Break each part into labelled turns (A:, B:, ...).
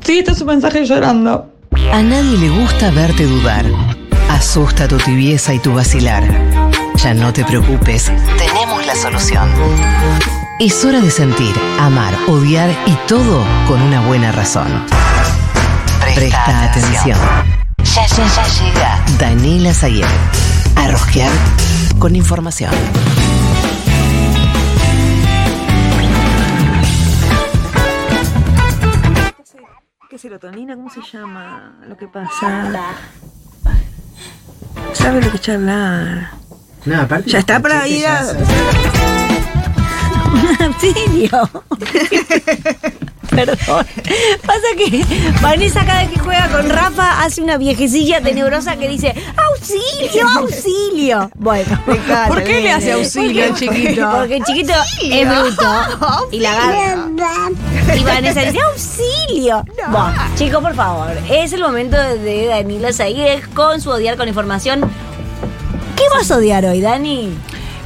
A: Recibiste su mensaje llorando.
B: A nadie le gusta verte dudar. Asusta tu tibieza y tu vacilar. Ya no te preocupes, tenemos la solución. Es hora de sentir, amar, odiar y todo con una buena razón. Presta, atención. Ya, ya, ya llega. Daniela Sayer. A rosquear con información.
A: ¿Qué serotonina? ¿Cómo se llama? Lo que pasa. ¿Sabes lo que charlar?
C: No, aparte.
A: Ya está para
C: cachete
A: ir
C: ya
A: a-
C: se-
D: Auxilio. Perdón. Pasa que Vanessa cada vez que juega con Rafa hace una viejecilla tenebrosa que dice ¡Auxilio! ¡Auxilio! Bueno.
E: ¿Por qué le hace auxilio al chiquito?
D: Porque el chiquito es bruto y la agarra. Y Vanessa dice ¡Auxilio! Bueno, chicos, por favor. Es el momento de Danilo Saíguez con su odiar con información. ¿Qué vas a odiar hoy, Dani?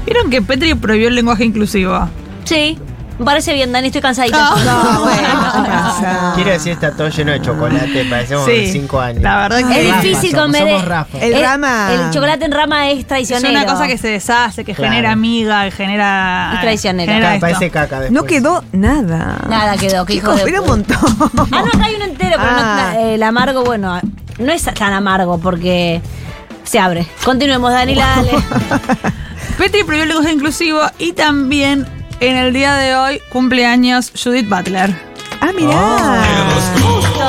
E: ¿Vieron que Petri prohibió el lenguaje inclusivo?
D: Sí. Me parece bien, Dani, estoy cansadita.
E: No,
A: bueno, ¿qué pasa?
C: Quiero decir, está todo lleno de chocolate, parecemos de 5 años.
E: La verdad que
D: Ah, Es
C: Rafa
D: difícil
C: somos,
D: comer.
C: somos Rafa.
D: El,
A: El rama.
D: El chocolate en rama es
E: es
D: traicionero.
E: una cosa que se deshace, que
C: Claro.
E: genera amiga, que genera.
D: Es traicionero.
E: genera
C: Caca,
E: esto.
C: parece caca después.
A: No quedó nada.
D: Nada quedó, que hijo
A: Chicos,
D: de
A: era un
D: puta.
A: montón.
D: Ah, no, acá hay uno entero, pero no-
A: Ah.
D: el amargo, bueno, no es tan amargo porque se abre. Continuemos, Dani, dale.
E: Petri prohibió el lenguaje inclusivo y también en el día de hoy cumpleaños Judith Butler.
A: Ah,
C: Oh.
A: mirá.
D: Justo,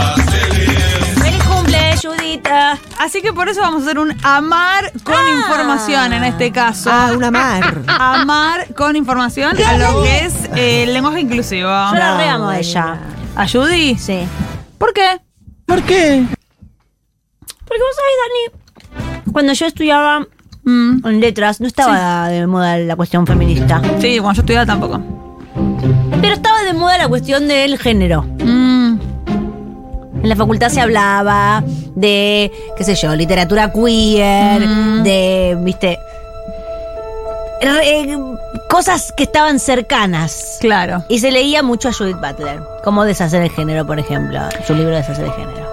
D: Dani. Feliz cumple, Judita.
E: Así que por eso vamos a hacer un amar con
D: Ah.
E: información en este caso.
A: Ah, una mar.
E: Amar con información a lo que es eh, el lenguaje inclusivo.
D: Yo la reamo a ella.
E: ¿A Judy?
D: Sí.
E: ¿Por qué?
C: ¿Por qué?
D: Porque vos sabés, Dani, cuando yo estudiaba
E: Mm,
D: en letras, no estaba de moda la cuestión feminista.
E: Sí, cuando yo estudiaba tampoco.
D: Pero estaba de moda la cuestión del género.
E: Mm,
D: En la facultad se hablaba de, qué sé yo, literatura queer, de, viste, re- eh, cosas que estaban cercanas.
E: claro.
D: Y se leía mucho a Judith Butler, como Deshacer el Género, por ejemplo, su libro Deshacer el Género.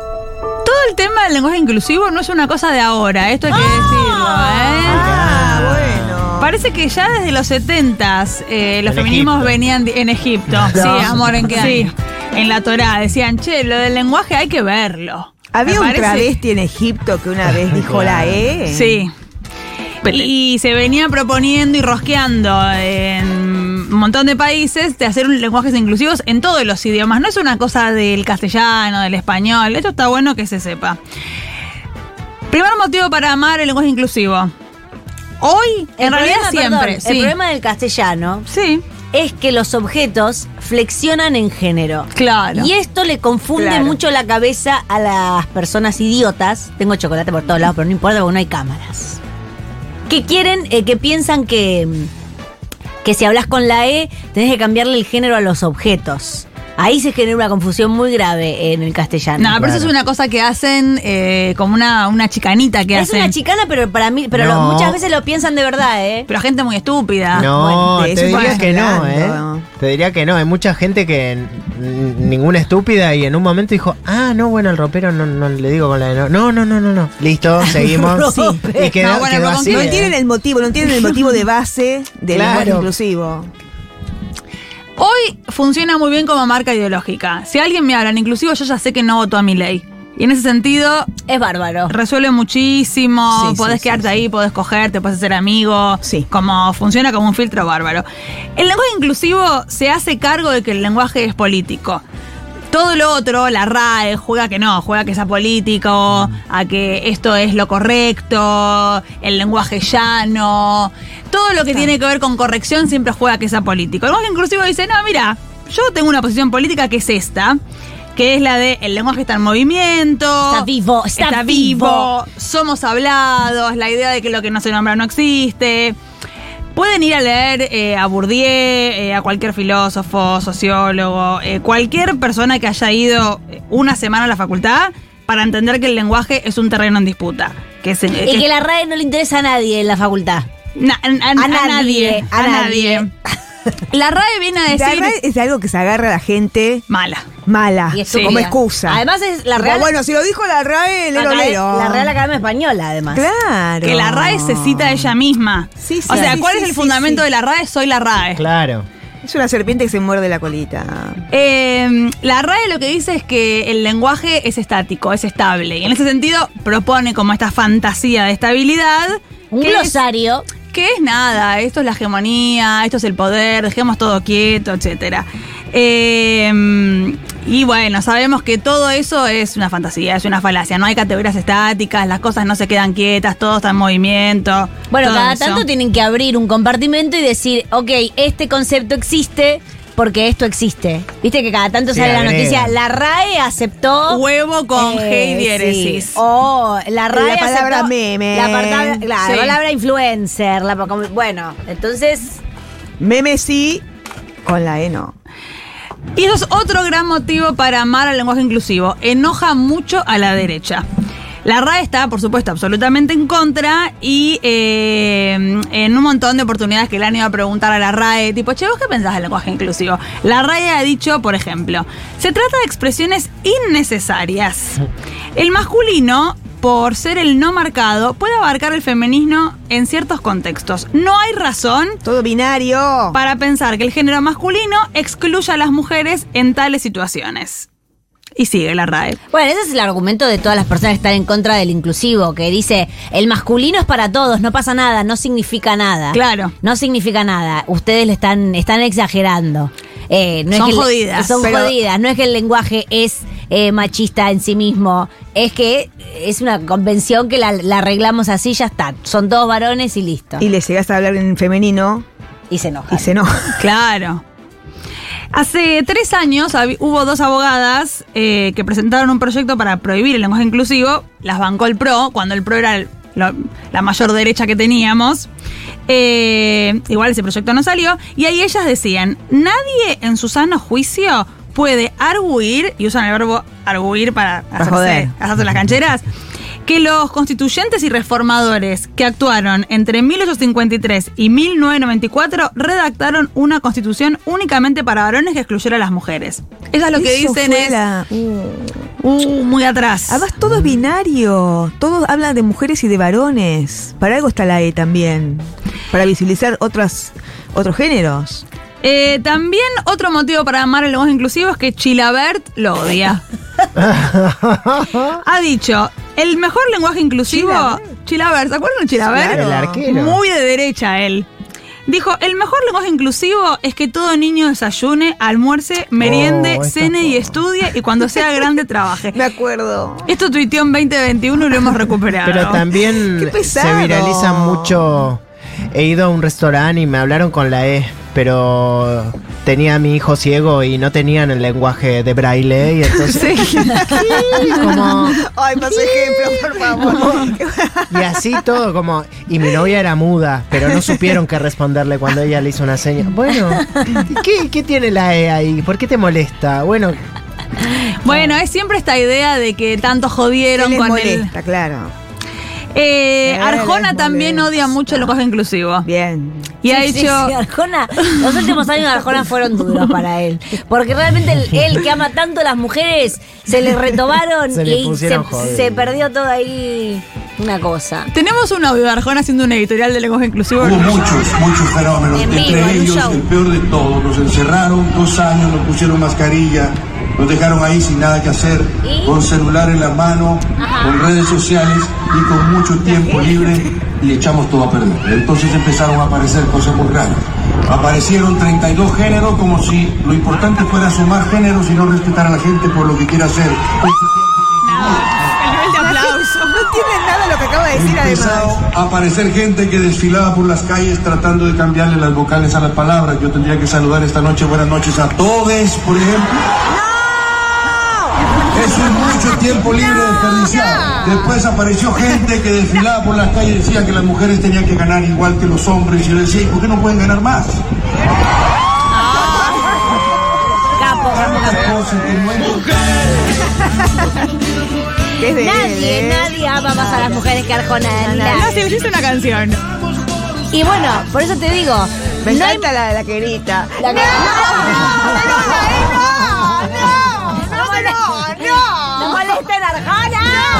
E: Todo el tema del lenguaje inclusivo no es una cosa de ahora, esto hay que decirlo, ¿eh?
A: Ah, bueno.
E: Parece que ya desde los 70s eh, los
C: En
E: feminismos
C: Egipto.
E: venían de- en Egipto. Sí, amor, ¿en qué año? En la Torá decían, che, lo del lenguaje hay que verlo.
A: Había
E: Me
A: un
E: parece-
A: travesti en Egipto que una vez dijo la E.
E: Sí. Y se venía proponiendo y rosqueando en un montón de países de hacer un- lenguajes inclusivos en todos los idiomas. No es una cosa del castellano, del español. Esto está bueno que se sepa. Primer motivo para amar el lenguaje inclusivo. Hoy, en realidad
D: problema,
E: siempre.
D: perdón,
E: sí.
D: El problema del castellano
E: Sí,
D: es que los objetos flexionan en género.
E: claro.
D: Y esto le confunde
A: Claro.
D: mucho la cabeza a las personas idiotas. Tengo chocolate por todos lados, pero no importa porque no hay cámaras. Que quieren, eh, que piensan que, mm, que si hablas con la E, tenés que cambiarle el género a los objetos. Ahí se genera una confusión muy grave en el castellano.
E: No, pero eso es una cosa que hacen eh, como una, una chicanita que
D: es
E: hacen.
D: una chicana, pero para mí, pero
C: No.
D: lo- muchas veces lo pienan de verdad, ¿eh?
E: pero gente muy estúpida.
C: No,
A: bueno, de
C: te
A: eso
C: diría
A: estamos
C: que no,
A: hablando.
C: ¿eh? Te diría que no. Hay mucha gente que n- n- ninguna estúpida y en un momento dijo, ah, no, bueno, al ropero no, no le digo con la de no. No, no, no, no, no. Listo, seguimos.
A: Sí.
C: Y quedó,
E: No, bueno,
C: quedó
E: pero con
C: así.
E: que
A: No
C: ¿eh?
A: entienden el motivo, no entienden el motivo de base del
C: Claro.
A: lenguaje inclusivo.
E: Hoy funciona muy bien como marca ideológica. Si alguien me habla, inclusive yo ya sé que no voto a mi ley. Y en ese sentido,
D: Es bárbaro.
E: resuelve muchísimo,
A: Sí,
E: podés
A: sí, sí,
E: quedarte ahí, podés cogerte, podés ser amigo.
A: Sí.
E: Como funciona como un filtro bárbaro. El lenguaje inclusivo se hace cargo de que el lenguaje es político. Todo lo otro, la RAE, juega que no, juega que es
A: Mm.
E: apolítico, a que esto es lo correcto, el lenguaje llano, todo lo que tiene que ver con corrección siempre juega que es apolítico. El lenguaje inclusivo dice, no, mira, yo tengo una posición política que es esta, que es la de el lenguaje está en movimiento.
D: Está vivo, está vivo.
E: somos hablados, la idea de que lo que no se nombra no existe. Pueden ir a leer eh, a Bourdieu, eh, a cualquier filósofo, sociólogo, eh, cualquier persona que haya ido eh, una semana a la facultad para entender que el lenguaje es un terreno en disputa. Que se- eh,
D: Y
E: que-
D: que la RAE no le interesa a nadie en la facultad.
E: na- a, a- a nadie. A nadie. La RAE viene a
F: La
E: decir
F: verdad es algo que se agarra a la gente
E: mala.
F: mala,
D: Y
E: estúpida.
F: Ah, como excusa.
D: Además es la
F: Como,
D: Real-
F: Bueno, si lo dijo la RAE, lero,
D: Academ-
F: lero.
D: la Real Academia Española, además.
F: Claro.
E: Que la RAE se cita a ella misma.
F: Sí, sí,
E: o sea,
F: sí,
E: ¿cuál
F: sí,
E: es el
F: sí,
E: fundamento
F: sí.
E: de la RAE? Soy la RAE.
C: Claro.
F: Es una serpiente que se muerde la colita.
E: Eh, la RAE lo que dice es que el lenguaje es estático, es estable. Y en ese sentido propone como esta fantasía de estabilidad.
D: Un
E: que es-
D: glosario.
E: que es nada, esto es la hegemonía, esto es el poder, dejemos todo quieto, etcétera. Eh, y bueno, sabemos que todo eso es una fantasía, es una falacia. No hay categorías estáticas, las cosas no se quedan quietas, todo está en movimiento.
D: Bueno,
E: todo
D: cada
E: eso.
D: tanto tienen que abrir un compartimento y decir, ok, este concepto existe porque esto existe. Viste que cada tanto
C: Sí,
D: sale la
C: agrega.
D: noticia, la RAE aceptó...
E: Huevo con
D: Eh,
E: G y diéresis.
D: sí. O la RAE
F: La palabra
D: aceptó-
F: meme.
D: La palabra, claro,
E: Sí.
D: la palabra influencer. la- como- bueno, entonces...
F: Meme sí, con la E no.
E: Y eso es otro gran motivo para amar al lenguaje inclusivo. Enoja mucho a la derecha. La RAE está, por supuesto, absolutamente en contra y eh, en un montón de oportunidades que le han ido a preguntar a la RAE, tipo, che, ¿vos qué pensás del lenguaje inclusivo? La RAE ha dicho, por ejemplo, se trata de expresiones innecesarias. El masculino, por ser el no marcado, puede abarcar el femenino en ciertos contextos. No hay razón
F: Todo binario.
E: para pensar que el género masculino excluya a las mujeres en tales situaciones. Y sigue la RAE.
D: Bueno, ese es el argumento de todas las personas que están en contra del inclusivo, que dice, el masculino es para todos, no pasa nada, no significa nada.
E: Claro.
D: No significa nada. Ustedes le están, están exagerando. Eh, no es
E: Son
D: que el-
E: jodidas,
D: son
F: pero-
D: jodidas. No es que el lenguaje es eh, machista en sí mismo. Es que es una convención que la, la arreglamos así, ya está. Son todos varones y listo.
F: Y le llegas a hablar en femenino
D: Y se enoja.
F: y se enoja.
E: Claro. Hace tres años hab- hubo dos abogadas eh, que presentaron un proyecto para prohibir el lenguaje inclusivo. Las bancó el PRO, cuando el PRO era el- lo- la mayor derecha que teníamos. Eh, igual ese proyecto no salió. Y ahí ellas decían, nadie en su sano juicio puede arguir, y usan el verbo arguir para hacerse,
F: joder.
E: hacerse las cancheras, que los constituyentes y reformadores que actuaron entre 1853 y 1994 redactaron una constitución únicamente para varones que excluyera a las mujeres. Ellas lo que
F: Eso
E: dicen
F: fue
E: es
F: la-
E: "Uh, muy atrás.
F: Además, todo es binario. Todos hablan de mujeres y de varones. Para algo está la E también. Para visibilizar otras, otros géneros.
E: Eh, también otro motivo para amar el lenguaje inclusivo es que Chilabert lo odia. ha dicho, el mejor lenguaje inclusivo... Chilabert, ¿se acuerdan de Chilabert?
C: Claro. El arquero.
E: Muy de derecha él. Dijo, el mejor lenguaje inclusivo es que todo niño desayune, almuerce, meriende,
C: Oh, esta
E: cene y
C: po-
E: estudie y cuando sea grande trabaje.
F: Me acuerdo.
E: Esto tuiteó en 2021 y lo hemos recuperado.
C: Pero
F: Qué
C: también se
F: pesado.
C: viraliza mucho. He ido a un restaurante y me hablaron con la E, pero tenía a mi hijo ciego y no tenían el lenguaje de braille y entonces como
F: Ay, más ejemplos, por favor.
C: y así todo como y mi novia era muda, pero no supieron qué responderle cuando ella le hizo una seña. Bueno, ¿qué, qué tiene la E ahí? ¿Por qué te molesta? Bueno,
E: Bueno, es siempre esta idea de que tanto jodieron
F: les
E: con el...
F: molesta, claro.
E: Eh,
F: Eh,
E: Arjona
F: les
E: también
F: molesta.
E: odia mucho el lenguaje inclusivo.
F: Bien.
E: Y ha
D: Sí, sí,
E: dicho,
D: sí, Arjona, los últimos años de Arjona fueron duros para él. Porque realmente él, él que ama tanto a las mujeres, se le retomaron
C: Se le
D: y se,
C: pusieron jodidos.
D: se perdió todo ahí una cosa.
E: tenemos un audio de Arjona haciendo un editorial de lenguaje inclusivo.
G: Hubo muchos, muchos fenómenos.
D: En vivo,
G: Entre
D: en un
G: ellos,
D: show.
G: el peor de todos, nos encerraron dos años, nos pusieron mascarilla, nos dejaron ahí sin nada que hacer,
D: ¿Y?
G: con celular en la mano, con redes sociales y con mucho tiempo libre y echamos todo a perder. Entonces empezaron a aparecer cosas muy raras. Aparecieron 32 géneros como si lo importante fuera sumar géneros y no respetar a la gente por lo que quiera hacer.
E: El nivel de aplauso.
F: No tiene nada lo que acaba de decir,
G: Empezado
F: además.
G: a aparecer gente que desfilaba por las calles tratando de cambiarle las vocales a las palabras. Yo tendría que saludar esta noche, buenas noches a todos, por ejemplo. Eso es mucho tiempo libre desperdiciado. Después apareció gente que desfilaba por las calles y decía que las mujeres tenían que ganar igual que los hombres. Y yo decía, ¿y por qué no pueden ganar más?
D: Capo, capo, capo.
G: Tanta cosa que no es-
F: Que es de él,
D: Nadie,
F: ¿eh?
D: nadie ama más a las mujeres que Arjona.
E: No, si
D: nadie.
E: hiciste una canción.
D: Y bueno, por eso te digo,
F: Me
D: No hay-
F: encanta la de la querita.
D: La que- ¡No molesten a Arjona!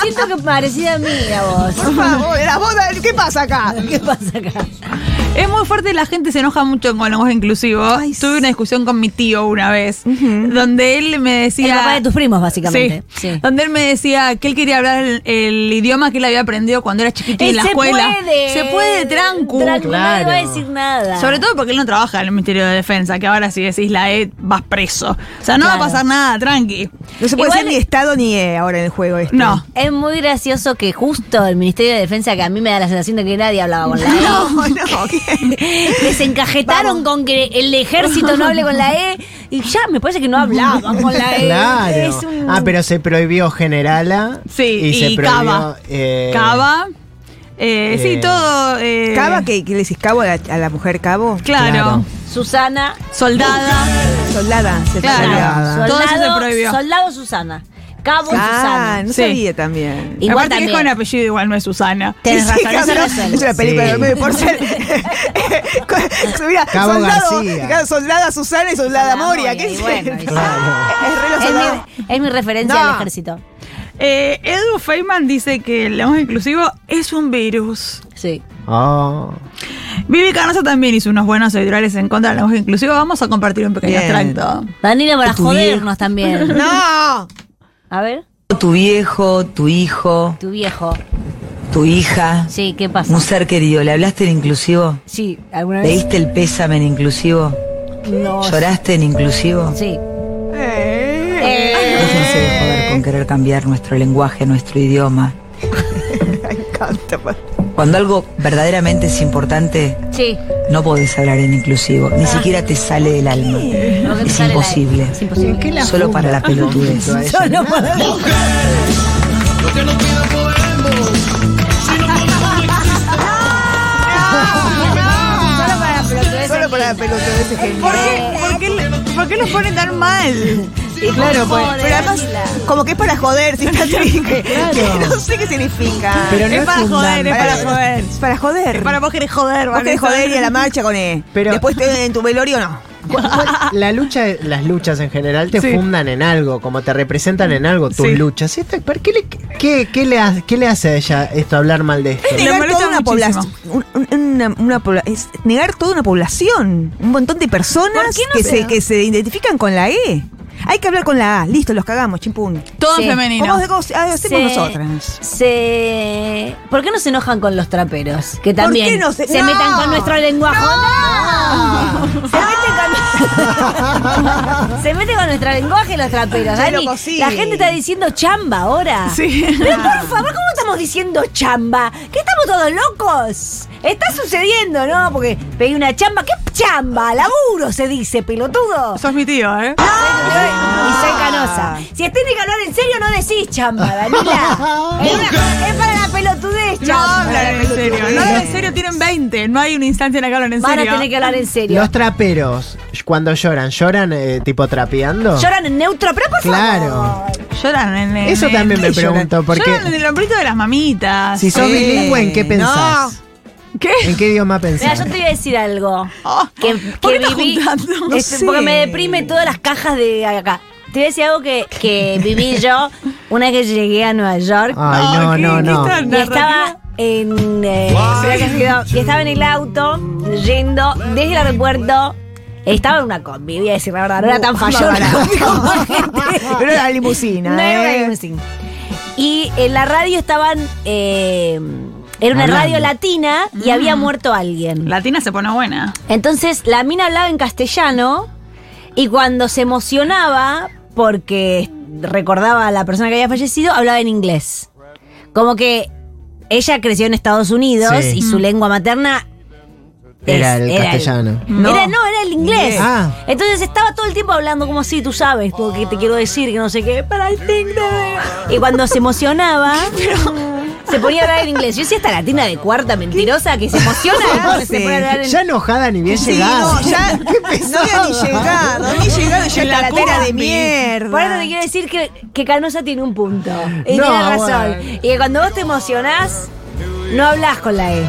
D: Siento que parecida a mí, a vos.
F: Por favor, la boda, ¿qué pasa acá?
D: ¿Qué pasa acá?
E: Es muy fuerte, la gente se enoja mucho con lenguaje inclusivo. Tuve una discusión con mi tío una vez, donde él me
D: El
E: decía...
D: papá de tus primos, básicamente.
E: Sí, Donde él me decía que él quería hablar el, el idioma que él había aprendido cuando era chiquito
D: Eh,
E: en la
D: se
E: escuela.
D: puede.
E: Se puede, tranco.
D: Tranco, nadie
C: claro.
D: va a decir nada.
E: Sobre todo porque él no trabaja en el Ministerio de Defensa, que ahora si decís la E vas preso. O sea, no va
D: Claro.
E: a pasar nada, tranqui.
F: No se puede
D: Igual-
F: ser ni Estado ni E ahora en el juego este.
E: No.
D: Es muy gracioso que justo el Ministerio de Defensa, que a mí me da la sensación de que nadie hablaba con la E,
F: No, no, ¿qué?
D: les encajetaron con que el ejército no hable con la E y ya me parece que no hablaban con la E.
C: Claro.
D: Es un-
C: Ah, pero se prohibió Generala.
E: Sí,
C: y, se
E: y
C: prohibió.
E: Cava.
C: eh,
E: Cava. eh,
C: eh,
E: sí, todo. eh,
F: ¿Cava? ¿Qué, qué le decís? ¿Cabo a la, a la mujer cabo?
E: Claro.
C: Claro.
D: Susana.
E: Soldada.
F: Soldada. Se
E: Claro.
F: soldada.
C: Soldada.
E: Todo eso se
D: Soldado,
E: prohibió.
D: soldado Susana. Cabo
F: Ah,
D: Susana.
F: no
E: Sí.
F: sabía también.
D: Igual
E: Aparte que es
D: también.
E: con apellido, igual no es Susana.
D: Tenés razón, eso
F: cabrón,
D: no es
F: es una película
C: Sí.
F: de Romero y Porcel. Mira,
C: Cabo
F: soldado,
C: García.
F: claro, soldada Susana y soldada
D: Soldada
F: Moria.
D: Moria,
F: ¿Qué
D: y
F: es?
D: bueno,
F: es
D: y-
F: re los
D: Es
F: soldados.
D: mi, es mi referencia
F: No.
D: al ejército.
E: Eh, Edu Feynman dice que el lenguaje inclusivo es un virus.
D: Sí.
C: Oh.
E: Vivi Canosa también hizo unos buenos editoriales en contra del lenguaje inclusivo. Vamos a compartir un pequeño
F: Bien.
E: extracto.
D: Danilo para
F: Tu
D: jodernos también.
F: No.
D: A ver,
H: Tu viejo, tu hijo,
D: tu viejo.
H: tu hija,
D: Sí, ¿qué pasa?
H: un ser querido, ¿le hablaste en inclusivo?
D: Sí, alguna
H: ¿Le
D: vez.
H: diste el pésame en inclusivo?
D: No.
H: ¿Lloraste en inclusivo?
D: Sí. Eh.
H: Déjense de joder con querer cambiar nuestro lenguaje, nuestro idioma. Cuando algo verdaderamente es importante,
D: Sí.
H: no podés hablar en inclusivo.
F: Ah.
H: Ni siquiera te sale del alma.
D: Lo que te
H: Es
D: sale la E.
H: imposible.
D: Es imposible.
H: Solo para la pelotudez.
F: Solo para la pelota de ese genio.
E: ¿Por qué, por qué le- por qué los ponen tan mal?
F: Claro, pues.
D: Joder,
F: Pero además,
D: Danila.
F: como que es para joder, si está triste. Que No sé qué significa.
C: Pero no
E: es
C: es
E: para
C: un
E: joder, es
C: mal
E: para
C: plan.
E: joder.
F: Es para joder.
E: Es para vos querés joder,
F: Vos querés
E: Vanessa.
F: joder y a la marcha con E.
C: Pero-
F: Después te- en tu velorio no.
C: La lucha, las luchas en general te
E: Sí.
C: fundan en algo, como te representan en algo tus
E: Sí.
C: luchas. ¿Y esta- ¿para qué, le, qué, qué le hace, ¿Qué le hace a ella esto hablar mal de esto?
E: Le
F: negar
E: molesta
F: toda una
E: muchísimo.
F: población. un- un- Una, una pobla- es negar toda una población. Un montón de
D: ¿Por
F: personas
D: qué no
F: que,
D: se-
F: se, que se identifican con la E. Hay que hablar con la A. Listo, los cagamos, chimpún.
E: Todo en
D: Sí.
E: femenino.
F: ¿Cómo, cómo- ah, hacemos
D: Se-
F: nosotras?
D: Se... ¿Por qué no se enojan con los traperos? Que también
F: qué no se-
D: se
F: ¡No!
D: metan con nuestro lenguaje. ¡No! Se, meten con... se meten con nuestro lenguaje los traperos.
F: Ya
D: Dani.
F: loco, sí.
D: La gente está diciendo chamba ahora.
E: Sí.
D: Pero por favor, ¿cómo estamos diciendo chamba? ¿Qué estamos todos locos? Está sucediendo, ¿no? Porque pedí una chamba. ¿Qué chamba? Laburo se dice, pelotudo.
E: Sos mi tío, ¿eh?
D: Y soy canosa. Si es técnica hablar en serio, no decís chamba, Danila. Es, una- es para la pelotudez,
E: No
D: chamba.
E: hablan en serio. No hablan en serio, tienen 20. No hay una instancia en la que hablan en
D: Van a
E: serio.
D: tener que hablar en serio.
C: Los traperos, cuando lloran, ¿lloran eh, tipo trapeando?
D: Lloran en neutro, pero por
C: Claro.
D: favor.
E: Lloran en en-
C: Eso
E: en-
C: también me pregunto, porque
E: Lloran en el hombrito de las mamitas.
C: si sos
F: Sí.
C: bilingüe, ¿en qué
F: No.
C: pensás?
E: ¿Qué?
C: ¿En qué idioma
D: Mira,
C: pensás?
D: yo te iba a decir algo.
E: Oh,
D: Que,
E: ¿Por
D: que
E: qué estás
D: viví.
E: juntando?
F: No
D: Es-
F: sé.
D: Porque me deprime todas las cajas de acá. Te voy a decir algo que, que viví yo una vez que llegué a Nueva York.
C: Ay, no,
E: ¿qué-
C: no,
E: qué
C: no.
E: están-
D: Y estaba en. eh, creo que ha sido- y estaba en el auto yendo desde el aeropuerto. Estaba en una combi, voy a decir la verdad, no era tan fallona. como la gente.
F: Pero la limusina.
D: No era una
F: ¿eh?
D: limusina. Y en la radio estaban. eh, era una
C: Hablando.
D: radio latina y había muerto alguien.
E: Latina se pone buena.
D: Entonces la mina hablaba en castellano y cuando se emocionaba porque recordaba a la persona que había fallecido, hablaba en inglés. Como que ella creció en Estados Unidos
C: Sí.
D: y su lengua materna es-
C: Era el castellano.
D: No. Era, no, era el inglés.
C: Ah.
D: Entonces estaba todo el tiempo hablando como si tú sabes lo que te quiero decir, que no sé qué, para el Y cuando se emocionaba, se ponía a hablar en inglés. Yo sí esta latina de cuarta mentirosa que se emociona. se pone a hablar en-
C: Ya enojada ni bien llegada.
F: no, ya qué pesada, ni llegado, ni llegado, ya la latera de mierda.
D: Por eso te quiero decir que, que Canosa tiene un punto. Y
C: No,
D: tiene razón.
C: bueno.
D: Y que cuando vos te emocionás, no hablas con la E.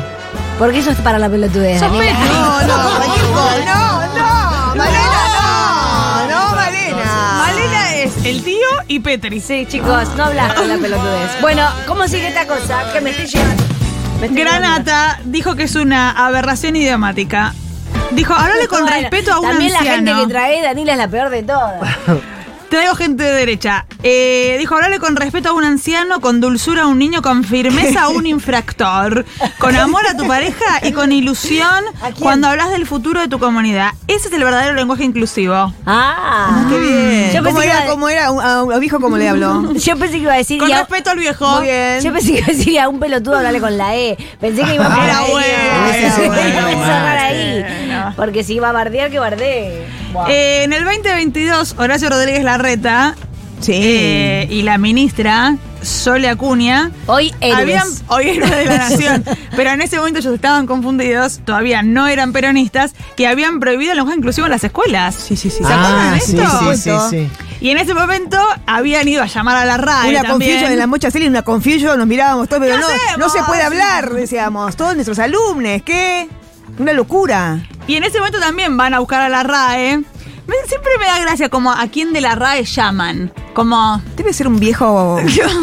D: Porque eso es para la pelotudez. Daniela.
F: No, no, Marico, no, no, Malena, no, no, Malena.
E: Malena es el tío y Petri.
D: Ah. Sí, chicos, no hablas con la pelotudez. Bueno, ¿cómo sigue esta cosa? Que me estoy llevando. Me estoy llevando.
E: Granata dijo que es una aberración idiomática. Dijo, hablale con
D: Bueno,
E: respeto a un
D: Ah, También la
E: anciano.
D: gente que trae Danila es la peor de todas.
E: Traigo gente de derecha. Eh, dijo, hablale con respeto a un anciano, con dulzura a un niño, con firmeza a un infractor, con amor a tu pareja y con ilusión cuando hablas del futuro de tu comunidad. Ese es el verdadero lenguaje inclusivo.
D: Ah,
F: Qué bien.
D: Yo
F: ¿Cómo
D: pensé, que
F: era,
D: iba,
F: cómo era? ¿A un a un viejo cómo le habló?
D: yo pensé que iba a decir.
E: Con
D: y a-
E: respeto al viejo.
D: Yo pensé que iba a decir a un pelotudo hablarle con la E. Pensé que iba a
E: Era Ah, bueno,
D: Eso
E: era bueno.
D: ahí. Porque si iba a bardear, que bardee. Buah.
E: Eh, en el 2022, Horacio Rodríguez Larreta eh, y la ministra Sole Acuña
D: Hoy héroes.
E: habían hoy héroes de la nación, pero en ese momento ellos estaban confundidos, todavía no eran peronistas, que habían prohibido el lenguaje inclusivo en las escuelas.
F: Sí, sí, sí.
E: ¿Se acuerdan de
C: Ah, sí,
E: esto?
C: sí, sí, sí.
E: Y en ese momento habían ido a llamar a la RAE
F: Una
E: también.
F: confusion en la mocha Celi, una confusion, nos mirábamos todos, pero
E: ¿Qué
F: no, no
E: hacemos?
F: se puede hablar, decíamos, todos nuestros alumnos, ¿qué? Una locura.
E: Y en ese momento también van a buscar a la RAE. Me- siempre me da gracia como a quién de la RAE llaman. Como...
F: Debe ser un viejo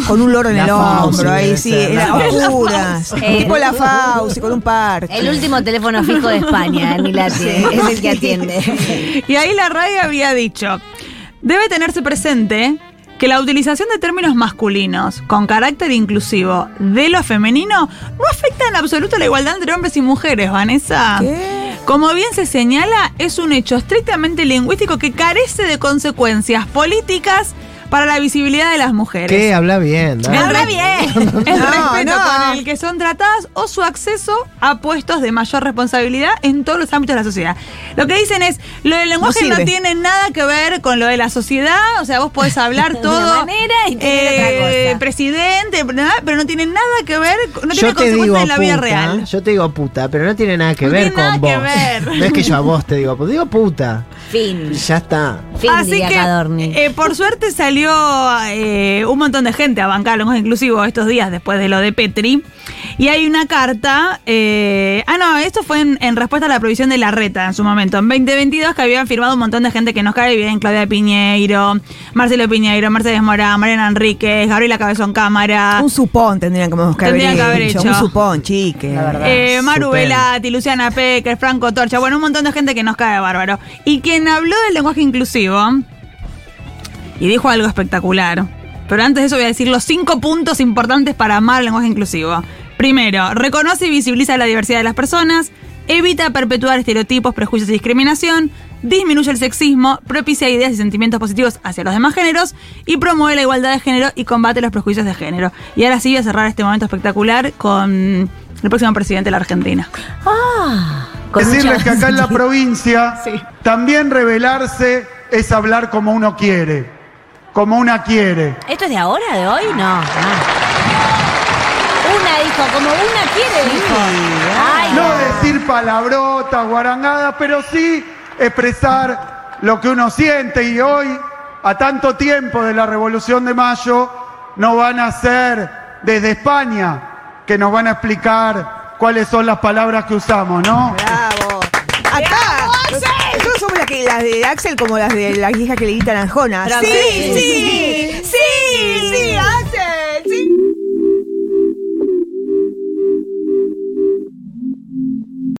F: con un loro en
C: La
F: el
C: Fauci
F: hombro, ahí
C: debe
F: sí,
C: ser,
F: en las
C: la Fauci.
F: oscuras.
D: Eh.
F: Tipo la Fauci, con un parche.
D: El último teléfono fijo de España, ni la tiene, es el que atiende.
E: Y ahí la RAE había dicho, debe tenerse presente que la utilización de términos masculinos con carácter inclusivo de lo femenino no afecta en absoluto la igualdad entre hombres y mujeres, Vanessa.
F: ¿Qué?
E: Como bien se señala, es un hecho estrictamente lingüístico que carece de consecuencias políticas para la visibilidad de las mujeres.
C: ¿Qué? Habla bien. dale.
E: Habla bien. El
F: No,
E: respeto
F: no.
E: con el que son tratadas o su acceso a puestos de mayor responsabilidad en todos los ámbitos de la sociedad. Lo que dicen es, lo del lenguaje no,
F: sirve.
E: tiene nada que ver con lo de la sociedad, o sea, vos podés hablar
D: De
E: todo. eh,
D: una manera y tener otra cosa.
E: Presidente, ¿verdad? pero no tiene nada que ver, no tiene
C: yo te digo
E: consecuencias en la vida
C: puta,
E: real.
C: yo te digo puta, pero no tiene nada que
E: No
C: ver
E: tiene nada
C: con
E: que
C: vos.
E: ver.
C: No es que yo a vos te digo, puta, digo puta.
D: Fin.
C: Ya está.
D: Fin,
E: Así
D: diría
E: que,
D: Cadorni.
E: eh, por suerte salió eh, un montón de gente a bancar lo más inclusivo estos días después de lo de Petri. Y hay una carta. eh, ah, no, esto fue en, en respuesta a la prohibición de la reta en su momento. En 2022, que habían firmado un montón de gente que nos cae bien: Claudia Piñeiro, Marcelo Piñeiro, Mercedes Morán, Mariana Enríquez, Gabriela Cabezón Cámara.
F: Un supón tendrían que haber,
E: Tendrían que haber hecho.
F: Un supón, chique. La verdad.
E: Eh, Maru
C: Super.
E: Velati, Luciana Pecker, Franco Torcha, bueno, un montón de gente que nos cae bárbaro. Y quien habló del lenguaje inclusivo y dijo algo espectacular. Pero antes de eso voy a decir los cinco puntos importantes para amar el lenguaje inclusivo. Primero, reconoce y visibiliza la diversidad de las personas, evita perpetuar estereotipos, prejuicios y discriminación, disminuye el sexismo, propicia ideas y sentimientos positivos hacia los demás géneros y promueve la igualdad de género y combate los prejuicios de género. Y ahora sí voy a cerrar este momento espectacular con el próximo presidente de la Argentina.
D: Ah, Con
I: Decirles
D: mucho-
I: que acá en la provincia también rebelarse es hablar como uno quiere, como una quiere.
D: ¿Esto es de ahora, de hoy? No. Ah. Una dijo, como una quiere, dijo. Ay,
I: No decir palabrotas, guarangadas, pero sí expresar lo que uno siente y hoy, a tanto tiempo de la Revolución de Mayo, nos van a hacer desde España que nos van a explicar cuáles son las palabras que usamos, ¿no?
F: Bravo. Acá. Nosotros somos las, que, las de Axel como las de las hijas que le gritan a Jona.
D: Pero
F: Sí,
D: a ver,
F: sí,
D: sí,